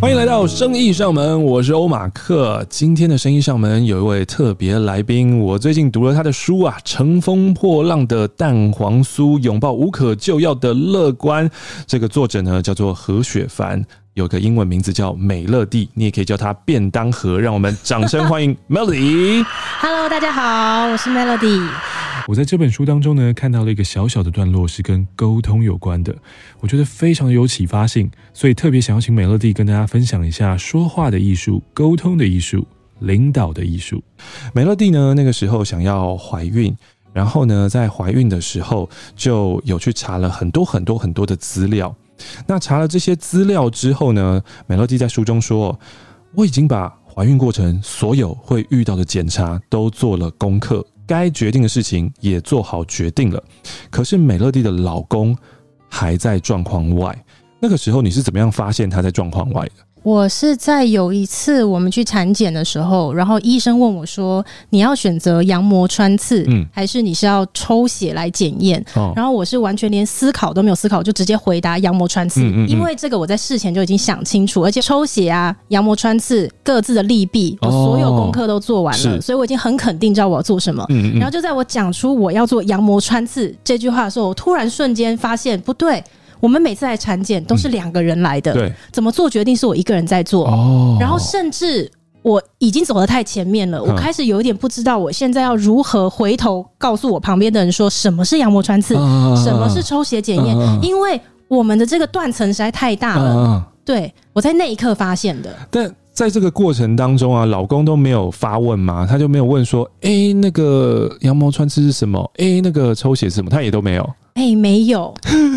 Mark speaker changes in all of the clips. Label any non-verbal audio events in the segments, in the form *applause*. Speaker 1: 欢迎来到生意上门，我是欧马克。今天的生意上门有一位特别来宾，我最近读了他的书啊，《乘风破浪的蛋黄酥》，拥抱无可救药的乐观。这个作者呢叫做何雪凡，有个英文名字叫美乐蒂，你也可以叫她便当盒。让我们掌声欢迎 Melody。
Speaker 2: Hello，大家好，我是 Melody。
Speaker 1: 我在这本书当中呢，看到了一个小小的段落是跟沟通有关的，我觉得非常有启发性，所以特别想要请美乐蒂跟大家分享一下说话的艺术、沟通的艺术、领导的艺术。美乐蒂呢，那个时候想要怀孕。然后呢，在怀孕的时候就有去查了很多很多很多的资料。那查了这些资料之后呢，美乐蒂在书中说，我已经把怀孕过程所有会遇到的检查都做了功课，该决定的事情也做好决定了。可是美乐蒂的老公还在状况外。那个时候你是怎么样发现他在状况外的？
Speaker 2: 我是在有一次我们去产检的时候，然后医生问我说：“你要选择羊膜穿刺，
Speaker 1: 嗯
Speaker 2: 还是你是要抽血来检验？”
Speaker 1: 哦，
Speaker 2: 然后我是完全连思考都没有思考，我就直接回答羊膜穿
Speaker 1: 嗯
Speaker 2: 刺，
Speaker 1: 嗯嗯
Speaker 2: 因为这个我在事前就已经想清楚，而且抽血啊、羊膜穿刺各自的利弊，我所有功课都做完了，
Speaker 1: 哦是
Speaker 2: 所以我已经很肯定知道我要做什么。
Speaker 1: 嗯
Speaker 2: 然后就在我讲出我要做羊膜穿刺这句话的时候，我突然瞬间发现不对，我们每次来产检都是两个人来的，
Speaker 1: 对
Speaker 2: 怎么做决定是我一个人在做，
Speaker 1: 哦
Speaker 2: 然后甚至。我已经走得太前面了，我
Speaker 1: 嗯
Speaker 2: 开始有一点不知道我现在要如何回头告诉我旁边的人说什么是羊膜穿刺，什么是抽血检验，
Speaker 1: 嗯嗯嗯嗯
Speaker 2: 因为我们的这个断层实在太大了。
Speaker 1: 嗯
Speaker 2: 对我在那一刻发现的，
Speaker 1: 但在这个过程当中啊，老公都没有发问嘛，他就没有问说，诶，那个羊毛穿刺是什么？诶，那个抽血是什么？他也都没有。
Speaker 2: 哎、没有。 *laughs*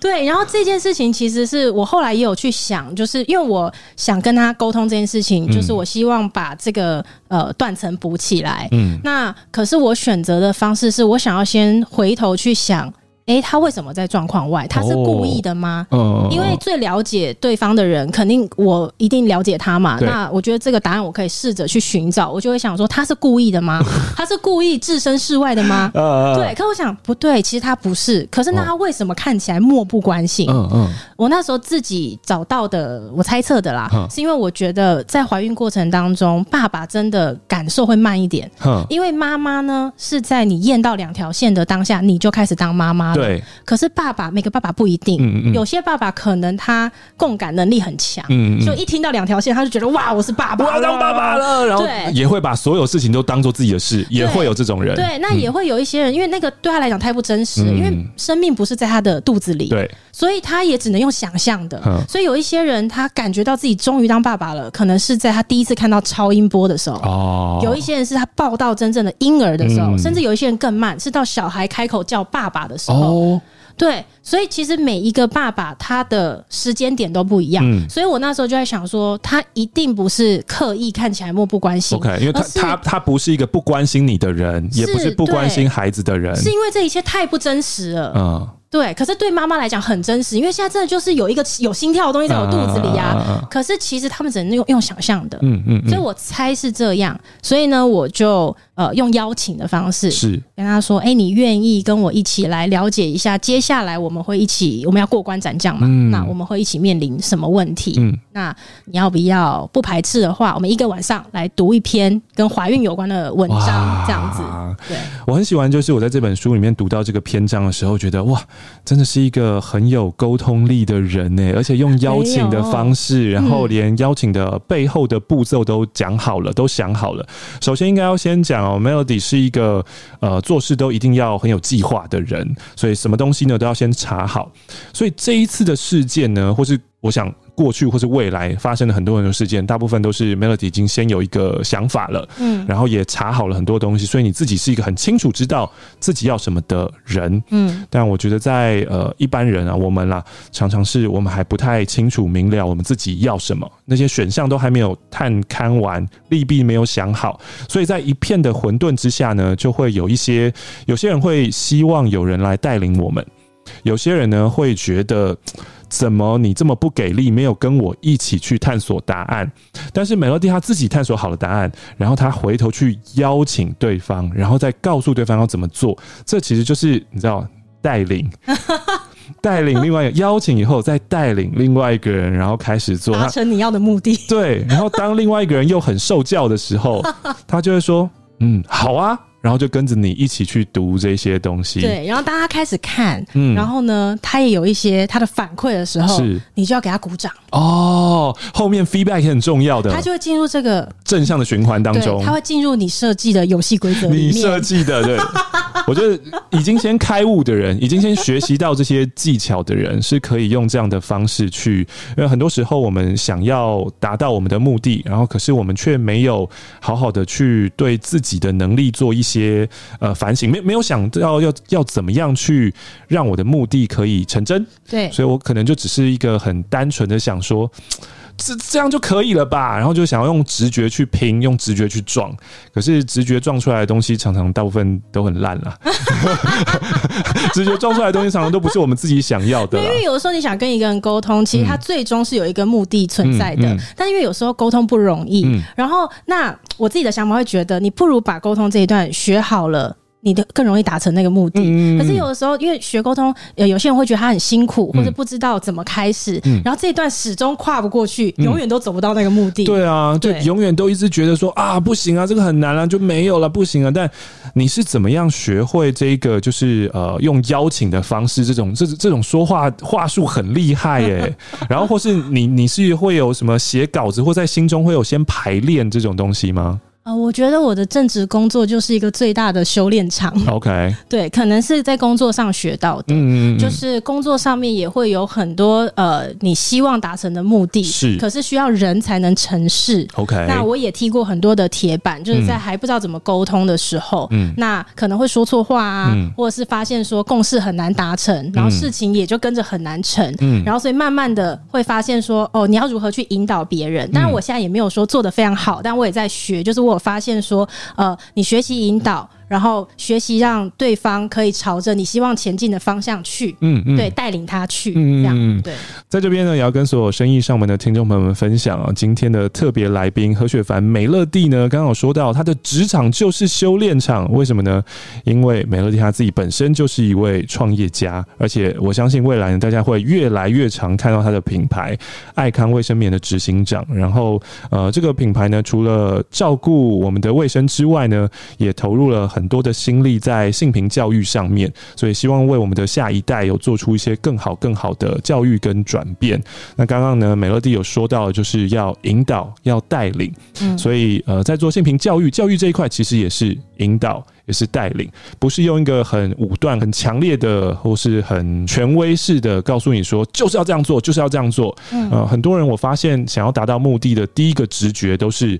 Speaker 2: 对，然后这件事情其实是我后来也有去想，就是因为我想跟他沟通这件事情，
Speaker 1: 嗯
Speaker 2: 就是我希望把这个呃断层补起来。
Speaker 1: 嗯
Speaker 2: 那可是我选择的方式是我想要先回头去想，诶，他为什么在状况外？他是故意的吗？
Speaker 1: 嗯，
Speaker 2: 因为最了解对方的人，肯定我一定了解他嘛。
Speaker 1: 对
Speaker 2: 那我觉得这个答案我可以试着去寻找，我就会想说他是故意
Speaker 1: *laughs*
Speaker 2: 的吗？他是故意置身事外的吗？
Speaker 1: 呃，
Speaker 2: 对，可我想不对，其实他不是。可是那他为什么看起来漠不关心？
Speaker 1: 嗯嗯
Speaker 2: 我那时候自己找到的，我猜测的啦，
Speaker 1: 嗯
Speaker 2: 是因为我觉得在怀孕过程当中，爸爸真的感受会慢一点。
Speaker 1: 哼，
Speaker 2: 因为妈妈呢是在你验到两条线的当下，你就开始当妈妈了。
Speaker 1: 对，
Speaker 2: 可是爸爸每个爸爸不一定，
Speaker 1: 嗯嗯嗯
Speaker 2: 有些爸爸可能他共感能力很强，
Speaker 1: 嗯
Speaker 2: 就
Speaker 1: 嗯。
Speaker 2: 一听到两条线，他就觉得哇，我是爸
Speaker 1: 我
Speaker 2: 爸，
Speaker 1: 要当爸爸。了，然后
Speaker 2: 对
Speaker 1: 也会把所有事情都当做自己的事，也会有这种人。
Speaker 2: 对，那也会有一些人，因为那个对他来讲太不真实，
Speaker 1: 嗯
Speaker 2: 因为生命不是在他的肚子里，
Speaker 1: 对，
Speaker 2: 所以他也只能用想象的。
Speaker 1: 嗯
Speaker 2: 所以有一些人，他感觉到自己终于当爸爸了，可能是在他第一次看到超音波的时候，
Speaker 1: 哦，
Speaker 2: 有一些人是他抱到真正的婴儿的时候，
Speaker 1: 嗯
Speaker 2: 甚至有一些人更慢，是到小孩开口叫爸爸的时候。
Speaker 1: 哦，
Speaker 2: 对，所以其实每一个爸爸他的时间点都不一样。
Speaker 1: 嗯
Speaker 2: 所以我那时候就在想说，他一定不是刻意看起来漠不关心
Speaker 1: ，OK，因为他
Speaker 2: 而是
Speaker 1: 他他不是一个不关心你的人，也不是不关心孩子的人，
Speaker 2: 是因为这一切太不真实了。
Speaker 1: 嗯，
Speaker 2: 对，可是对妈妈来讲很真实，因为现在真的就是有一个有心跳的东西在我肚子里啊。
Speaker 1: 啊，
Speaker 2: 可是其实他们只能用用想象的，
Speaker 1: 嗯嗯
Speaker 2: 所以
Speaker 1: 嗯，
Speaker 2: 我猜是这样。所以呢，我就呃用邀请的方式
Speaker 1: 是，
Speaker 2: 跟他说：“哎、你愿意跟我一起来了解一下？接下来我们会一起，我们要过关斩将嘛？
Speaker 1: 嗯
Speaker 2: 那我们会一起面临什么问题？
Speaker 1: 嗯
Speaker 2: 那你要不要不排斥的话，我们一个晚上来读一篇跟怀孕有关的文章，这样子。
Speaker 1: 子。
Speaker 2: 对，
Speaker 1: 嗯我很喜欢，就是我在这本书里面读到这个篇章的时候，觉得哇，真的是一个很有沟通力的人欸呢，而且用邀请的方式，然后连邀请的背后的步骤都讲好了，都想好了。首先应该要先讲哦，Melody 是一个呃做事都一定要很有计划的人，所以什么东西呢都要先查好。所以这一次的事件呢，或是我想过去或是未来发生的很多很多事件，大部分都是 Melody 已经先有一个想法了，
Speaker 2: 嗯
Speaker 1: 然后也查好了很多东西，所以你自己是一个很清楚知道自己要什么的人。
Speaker 2: 嗯，
Speaker 1: 但我觉得在呃一般人啊，我们啦，常常是我们还不太清楚明了我们自己要什么，那些选项都还没有探勘完，利弊没有想好，所以在一片的混沌之下呢，就会有一些有些人会希望有人来带领我们，有些人呢会觉得。怎么你这么不给力？没有跟我一起去探索答案。但是美乐蒂她自己探索好了答案，然后她回头去邀请对方，
Speaker 2: *laughs*
Speaker 1: 然后再告诉对方要怎么做。这其实就是你知道带领，带领另外一个邀请以后，再带领另外一个人，然后开始做。
Speaker 2: 达
Speaker 1: 他
Speaker 2: 成你要的目的。
Speaker 1: *laughs* 对，然后当另外一个人又很受教的时
Speaker 2: *laughs*
Speaker 1: 候，他就会说：“嗯，好啊。”然后就跟着你一起去读这些东西。，
Speaker 2: 对，然后当他开始看，
Speaker 1: 嗯
Speaker 2: 然后呢，他也有一些他的反馈的时候
Speaker 1: 是，
Speaker 2: 你就要给他鼓掌，
Speaker 1: 哦，后面 feedback 也很重要的
Speaker 2: 他，就会进入这个，
Speaker 1: 正向的循环当
Speaker 2: 对，
Speaker 1: 中
Speaker 2: 他。会进入你设计的游戏规则里
Speaker 1: 你设
Speaker 2: 面。
Speaker 1: 计的，
Speaker 2: *laughs*
Speaker 1: 对，我觉得已经先开悟的人，已经先学习到这些技巧的人，是可以用这样的方式去，因为很多时候我们想要达到我们的目的，然后可是我们却没有好好的去对自己的能力做一些呃反省，没没有想到要要怎么样去让我的目的可以成真，
Speaker 2: 对，
Speaker 1: 所以我可能就只是一个很单纯的想说，这这样就可以了吧，然后就想要用直觉去拼，用直觉去撞，可是直觉撞出来的东西常常大部分都很烂啦， *laughs* 直觉撞出来的东西常常都不是我们自己想要的
Speaker 2: 因
Speaker 1: 啦。嗯
Speaker 2: 为有的时候你想跟一个人沟通，其实他最终是有一个目的存在的，
Speaker 1: 嗯嗯
Speaker 2: 但因为有时候沟通不容易，
Speaker 1: 嗯
Speaker 2: 然后那我自己的想法会觉得，你不如把沟通这一段学好了，你的更容易达成那个目的。
Speaker 1: 嗯嗯嗯
Speaker 2: 可是有的时候，因为学沟通，呃，有些人会觉得他很辛苦，
Speaker 1: 嗯
Speaker 2: 或者不知道怎么开始，
Speaker 1: 嗯
Speaker 2: 然后这一段始终跨不过去，永远都走不到那个目的。
Speaker 1: 对啊，就
Speaker 2: 对
Speaker 1: 永远都一直觉得说啊，不行啊，这个很难啊，就没有了，不行啊。但你是怎么样学会这个？就是呃，用邀请的方式，这种这这种说话话术很厉害耶、
Speaker 2: *laughs*
Speaker 1: 然后或是你你是会有什么写稿子，或在心中会有先排练这种东西吗
Speaker 2: 啊、我觉得我的正职工作就是一个最大的修炼场，
Speaker 1: ？OK，
Speaker 2: 对，可能是在工作上学到的。
Speaker 1: 嗯嗯嗯，
Speaker 2: 就是工作上面也会有很多呃，你希望达成的目的
Speaker 1: 是
Speaker 2: 可是需要人才能成事。
Speaker 1: OK。
Speaker 2: 那我也踢过很多的铁板，就是在还不知道怎么沟通的时候，
Speaker 1: 嗯
Speaker 2: 那可能会说错话啊，
Speaker 1: 嗯
Speaker 2: 或者是发现说共识很难达成，然后事情也就跟着很难成，
Speaker 1: 嗯
Speaker 2: 然后所以慢慢的会发现说，哦，你要如何去引导别
Speaker 1: 嗯
Speaker 2: 人？当然我现在也没有说做的非常好，但我也在学，就是我有发现说，呃，你学习引导，然后学习让对方可以朝着你希望前进的方向去，
Speaker 1: 嗯嗯，
Speaker 2: 对，带领他去，
Speaker 1: 嗯嗯
Speaker 2: 这
Speaker 1: 嗯
Speaker 2: 样对。
Speaker 1: 在这边呢，也要跟所有生意上门的听众朋友们分享啊，今天的特别来宾何雪凡美乐蒂呢，刚刚有说到她的职场就是修炼场，为什么呢？因为美乐蒂她自己本身就是一位创业家，而且我相信未来呢，大家会越来越常看到她的品牌爱康卫生棉的执行长。然后，呃，这个品牌呢，除了照顾我们的卫生之外呢，也投入了很多的心力在性平教育上面。所以希望为我们的下一代有做出一些更好、更好的教育跟转变。那刚刚呢，美乐蒂有说到，就是要引导、要带领，
Speaker 2: 嗯
Speaker 1: 所以呃，在做性平教育、教育这一块，其实也是引导。也是带领，不是用一个很武断、很强烈的，或是很权威式的告诉你说就是要这样做，就是要这样做。
Speaker 2: 嗯
Speaker 1: 呃，很多人我发现想要达到目的的第一个直觉都是，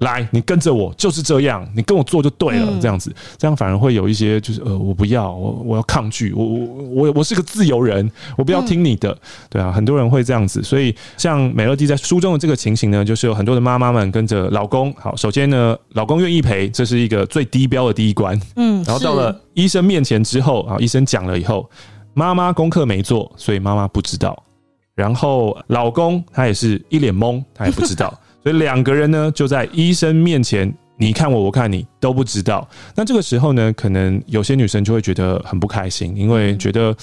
Speaker 1: 来，你跟着我就是这样，你跟我做就对了，
Speaker 2: 嗯
Speaker 1: 这样子，这样反而会有一些就是呃，我不要，我我要抗拒，我我我我是个自由人，我不要听你的，对啊，很多人会这样子，所以像美乐蒂在书中的这个情形呢，就是有很多的妈妈们跟着老公，好，首先呢，老公愿意陪，这是一个最低标的第一关，
Speaker 2: 嗯，
Speaker 1: 然后到
Speaker 2: 是
Speaker 1: 了医生面前之后啊，医生讲了以后，妈妈功课没做，所以妈妈不知道。然后老公他也是一脸懵，他也不知道，
Speaker 2: *laughs*
Speaker 1: 所以两个人呢就在医生面前，你看我，我看你，都不知道。那这个时候呢，可能有些女生就会觉得很不开心，因为觉得。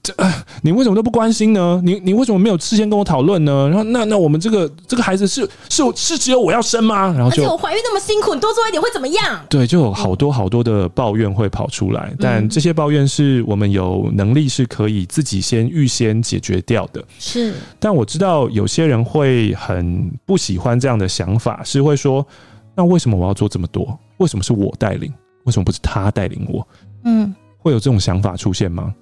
Speaker 1: 这、呃你为什么都不关心呢？你你为什么没有事先跟我讨论呢？然后那那我们这个这个孩子是是是只有我要生吗？然后
Speaker 2: 而且
Speaker 1: 就
Speaker 2: 我怀孕那么辛苦，你多做一点会怎么样？
Speaker 1: 对，就有好多好多的抱怨会跑出来，但
Speaker 2: 嗯
Speaker 1: 这些抱怨是我们有能力是可以自己先预先解决掉的。
Speaker 2: 是，
Speaker 1: 但我知道有些人会很不喜欢这样的想法，是会说：那为什么我要做这么多？为什么是我带领？为什么不是他带领我？
Speaker 2: 嗯。
Speaker 1: 会有这种想法出现吗？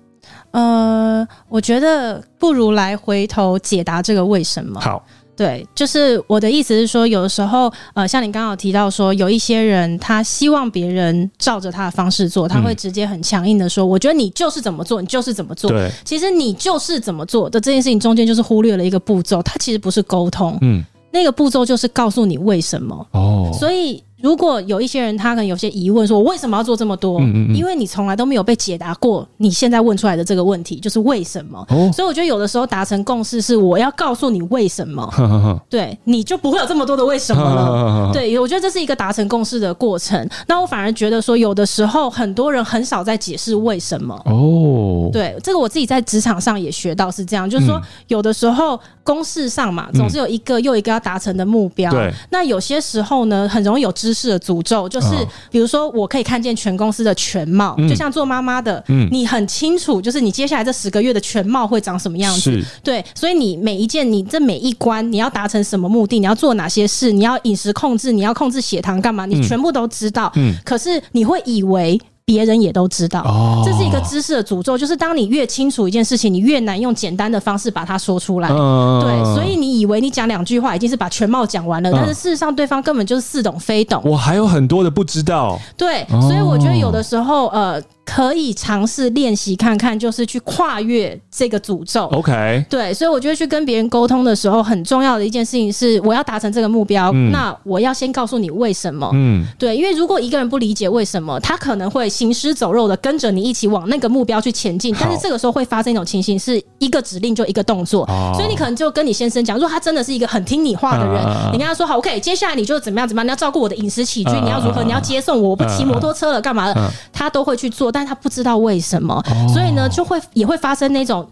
Speaker 2: 呃，我觉得不如来回头解答这个为什么。
Speaker 1: 好，
Speaker 2: 对，就是我的意思是说，有的时候，呃，像你刚刚有提到说，有一些人他希望别人照着他的方式做，他会
Speaker 1: 嗯
Speaker 2: 直接很强硬的说，我觉得你就是怎么做，你就是怎么做。
Speaker 1: 对，
Speaker 2: 其实你就是怎么做的这件事情中间就是忽略了一个步骤，它其实不是沟通，
Speaker 1: 嗯，
Speaker 2: 那个步骤就是告诉你为什么。
Speaker 1: 哦，
Speaker 2: 所以如果有一些人他可能有些疑问，说我为什么要做这么多？
Speaker 1: 嗯嗯嗯
Speaker 2: 因为你从来都没有被解答过你现在问出来的这个问题，就是为什么？
Speaker 1: 哦，
Speaker 2: 所以我觉得有的时候达成共识是我要告诉你为什么，
Speaker 1: 哈哈哈，
Speaker 2: 对，你就不会有这么多的为什么
Speaker 1: *laughs*
Speaker 2: 了。
Speaker 1: 了？
Speaker 2: 对，我觉得这是一个达成共识的过程。那我反而觉得说，有的时候很多人很少在解释为什么。
Speaker 1: 哦，
Speaker 2: 对，这个我自己在职场上也学到是这样，就是说
Speaker 1: 嗯
Speaker 2: 有的时候公式上嘛，
Speaker 1: 嗯
Speaker 2: 总是有一个又一个要达成的目标。
Speaker 1: 对
Speaker 2: 那有些时候呢，很容易有知识的诅咒，就是
Speaker 1: 哦
Speaker 2: 比如说我可以看见全公司的全貌，
Speaker 1: 嗯
Speaker 2: 就像做妈妈的，
Speaker 1: 嗯
Speaker 2: 你很清楚，就是你接下来这十个月的全貌会长什么样子。
Speaker 1: 是，
Speaker 2: 对，所以你每一件，你这每一关，你要达成什么目的，你要做哪些事，你要饮食控制，你要控制血糖干嘛，
Speaker 1: 嗯
Speaker 2: 你全部都知道。
Speaker 1: 嗯，
Speaker 2: 可是你会以为别人也都知道，
Speaker 1: 哦，
Speaker 2: 这是一个知识的诅咒。就是当你越清楚一件事情，你越难用简单的方式把它说出来。
Speaker 1: 嗯，
Speaker 2: 对，所以你以为你讲两句话已经是把全貌讲完了，
Speaker 1: 嗯哦
Speaker 2: 但是事实上对方根本就是似懂非懂。
Speaker 1: 我还有很多的不知道，
Speaker 2: 对，
Speaker 1: 哦
Speaker 2: 所以我觉得有的时候，呃，可以尝试练习看看，就是去跨越这个诅咒。
Speaker 1: OK，
Speaker 2: 对，所以我觉得去跟别人沟通的时候，很重要的一件事情是，我要达成这个目标，
Speaker 1: 嗯
Speaker 2: 那我要先告诉你为什么。
Speaker 1: 嗯，
Speaker 2: 对，因为如果一个人不理解为什么，他可能会行尸走肉的跟着你一起往那个目标去前进，但是
Speaker 1: 好
Speaker 2: 这个时候会发生一种情形，是一个指令就一个动作，
Speaker 1: 哦
Speaker 2: 所以你可能就跟你先生讲，如果他真的是一个很听你话的人，
Speaker 1: 啊啊啊
Speaker 2: 你跟他说好，OK，接下来你就怎么样怎么样，你要照顾我的饮食起居，
Speaker 1: 啊啊啊
Speaker 2: 你要如何，你要接送我，我不骑摩托车了，干嘛的，
Speaker 1: 啊
Speaker 2: 他都会去做，但是他不知道为什么，
Speaker 1: 哦
Speaker 2: 所以呢，就会也会发生那种。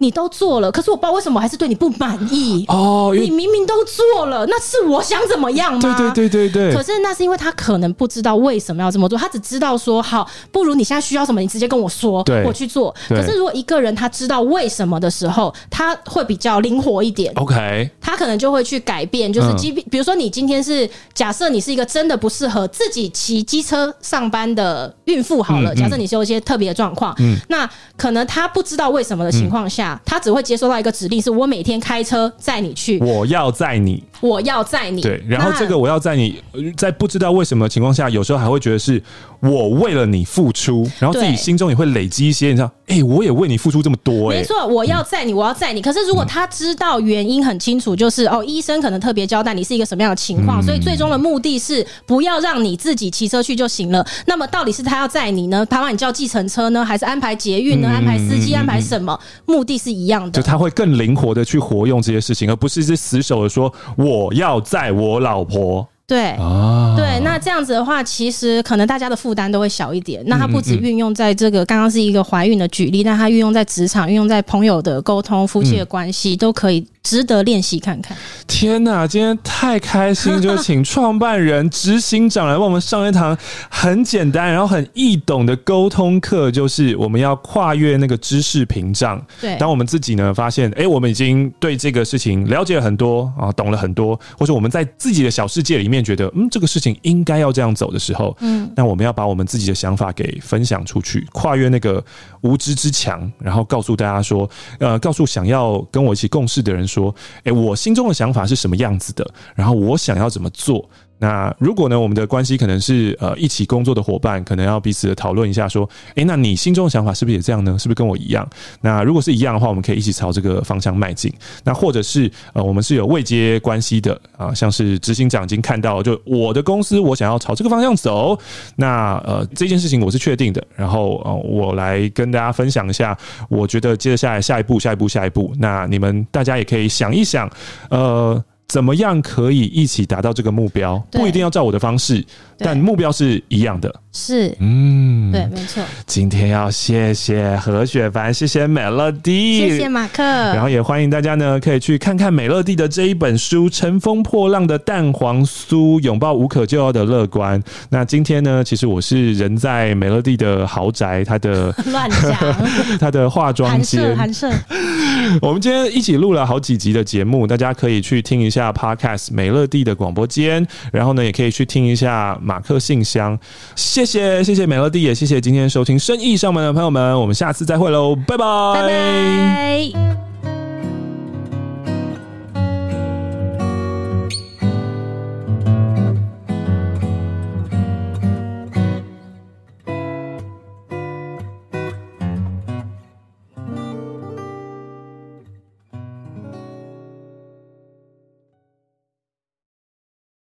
Speaker 2: 你都做了，可是我不知道为什么我还是对你不满意。
Speaker 1: 哦，因
Speaker 2: 你
Speaker 1: 为
Speaker 2: 明明都做了，那是我想怎么样吗？
Speaker 1: 对对对对对，
Speaker 2: 可是那是因为他可能不知道为什么要这么做，他只知道说好，不如你现在需要什么，你直接跟我说
Speaker 1: 对，
Speaker 2: 我去做。
Speaker 1: 对
Speaker 2: 可是如果一个人他知道为什么的时候，他会比较灵活一点。
Speaker 1: OK，
Speaker 2: 他可能就会去改变，就是
Speaker 1: 哦嗯
Speaker 2: 即便比如说你今天是假设你是一个真的不适合自己骑机车上班的孕妇好了，
Speaker 1: 嗯嗯
Speaker 2: 假设你是有一些特别的状况，
Speaker 1: 嗯
Speaker 2: 那可能他不知道为什么的情况下，他只会接收到一个指令，是我每天开车载你去，
Speaker 1: 我要在你
Speaker 2: 我要载你。
Speaker 1: 对，然后
Speaker 2: 那
Speaker 1: 这个我要在你呃在不知道为什么的情况下，有时候还会觉得是我为了你付出，然后自己
Speaker 2: 对
Speaker 1: 心中也会累积一些，你知道，哎、我也为你付出这么多、
Speaker 2: 没
Speaker 1: 哎，
Speaker 2: 错，我要载你，我要载你。可是如果他知道原因很清楚，就是
Speaker 1: 嗯
Speaker 2: 哦，医生可能特别交代你是一个什么样的情况，所以最终的目的是不要让你自己骑车去就行了。那么到底是他要载你呢？他让你叫计程车呢，还是安排捷运
Speaker 1: 嗯
Speaker 2: 呢？安排司机？安排什么？目的是一样
Speaker 1: 就
Speaker 2: 的。
Speaker 1: 他会更灵活的去活用这些事情，而不是是死守的说我要在我老婆
Speaker 2: 对。
Speaker 1: 啊，
Speaker 2: 对，那这样子的话，其实可能大家的负担都会小一点。那它
Speaker 1: 嗯
Speaker 2: 不止运用在这个刚刚是一个怀孕的举例，那它运用在职场、运用在朋友的沟通、夫妻
Speaker 1: 嗯
Speaker 2: 的关系，都可以值得练习看看。
Speaker 1: 天呐，今天太开心，就请创办人、执行长来为我们上一堂很简单，然后很易懂的沟通课，就是我们要跨越那个知识屏障。
Speaker 2: 对
Speaker 1: 当我们自己呢发现，哎、我们已经对这个事情了解了很多啊，懂了很多，或者我们在自己的小世界里面觉得，嗯，这个事情应该要这样走的时候，嗯，那我们要把我们自己的想法给分享出去，跨越那个无知之墙，然后告诉大家说，呃，告诉想要跟我一起共事的人说，诶，我心中的想法是什么样子的，然后我想要怎么做。那如果呢，我们的关系可能是呃一起工作的伙伴，可能要彼此地讨论一下，说，诶，那你心中的想法是不是也这样呢？是不是跟我一样？那如果是一样的话，我们可以一起朝这个方向迈进。那或者是呃，我们是有未接关系的啊、像是执行长已经看到，就我的公司我想要朝这个方向走，那呃这件事情我是确定的，然后呃我来跟大家分享一下，我觉得接下来下一步、下一步、下一步，那你们大家也可以想一想，呃。怎么样可以一起达到这个目标？
Speaker 2: 对
Speaker 1: 不一定要照我的方式，
Speaker 2: 对
Speaker 1: 但目标是一样的。
Speaker 2: 是，
Speaker 1: 嗯，
Speaker 2: 对，。没错。
Speaker 1: 今天要谢谢何雪凡，谢谢美乐蒂，
Speaker 2: 谢谢马克。
Speaker 1: 然后也欢迎大家呢，可以去看看美乐蒂的这一本书《乘风破浪的蛋黄酥》，拥抱无可救药的乐观。那今天呢，其实我是人在美乐蒂的豪宅，她的
Speaker 2: *laughs* 乱讲，
Speaker 1: *laughs* 她的化妆
Speaker 2: 寒
Speaker 1: 间
Speaker 2: 舍，。寒舍，
Speaker 1: 哎 *laughs* 我们今天一起录了好几集的节目，大家可以去听一下 Podcast 美乐蒂的广播间，然后呢，也可以去听一下马克信箱。谢谢，谢谢美乐蒂，也谢谢今天收听生意上门的朋友们，我们下次再会喽，拜
Speaker 2: 拜拜。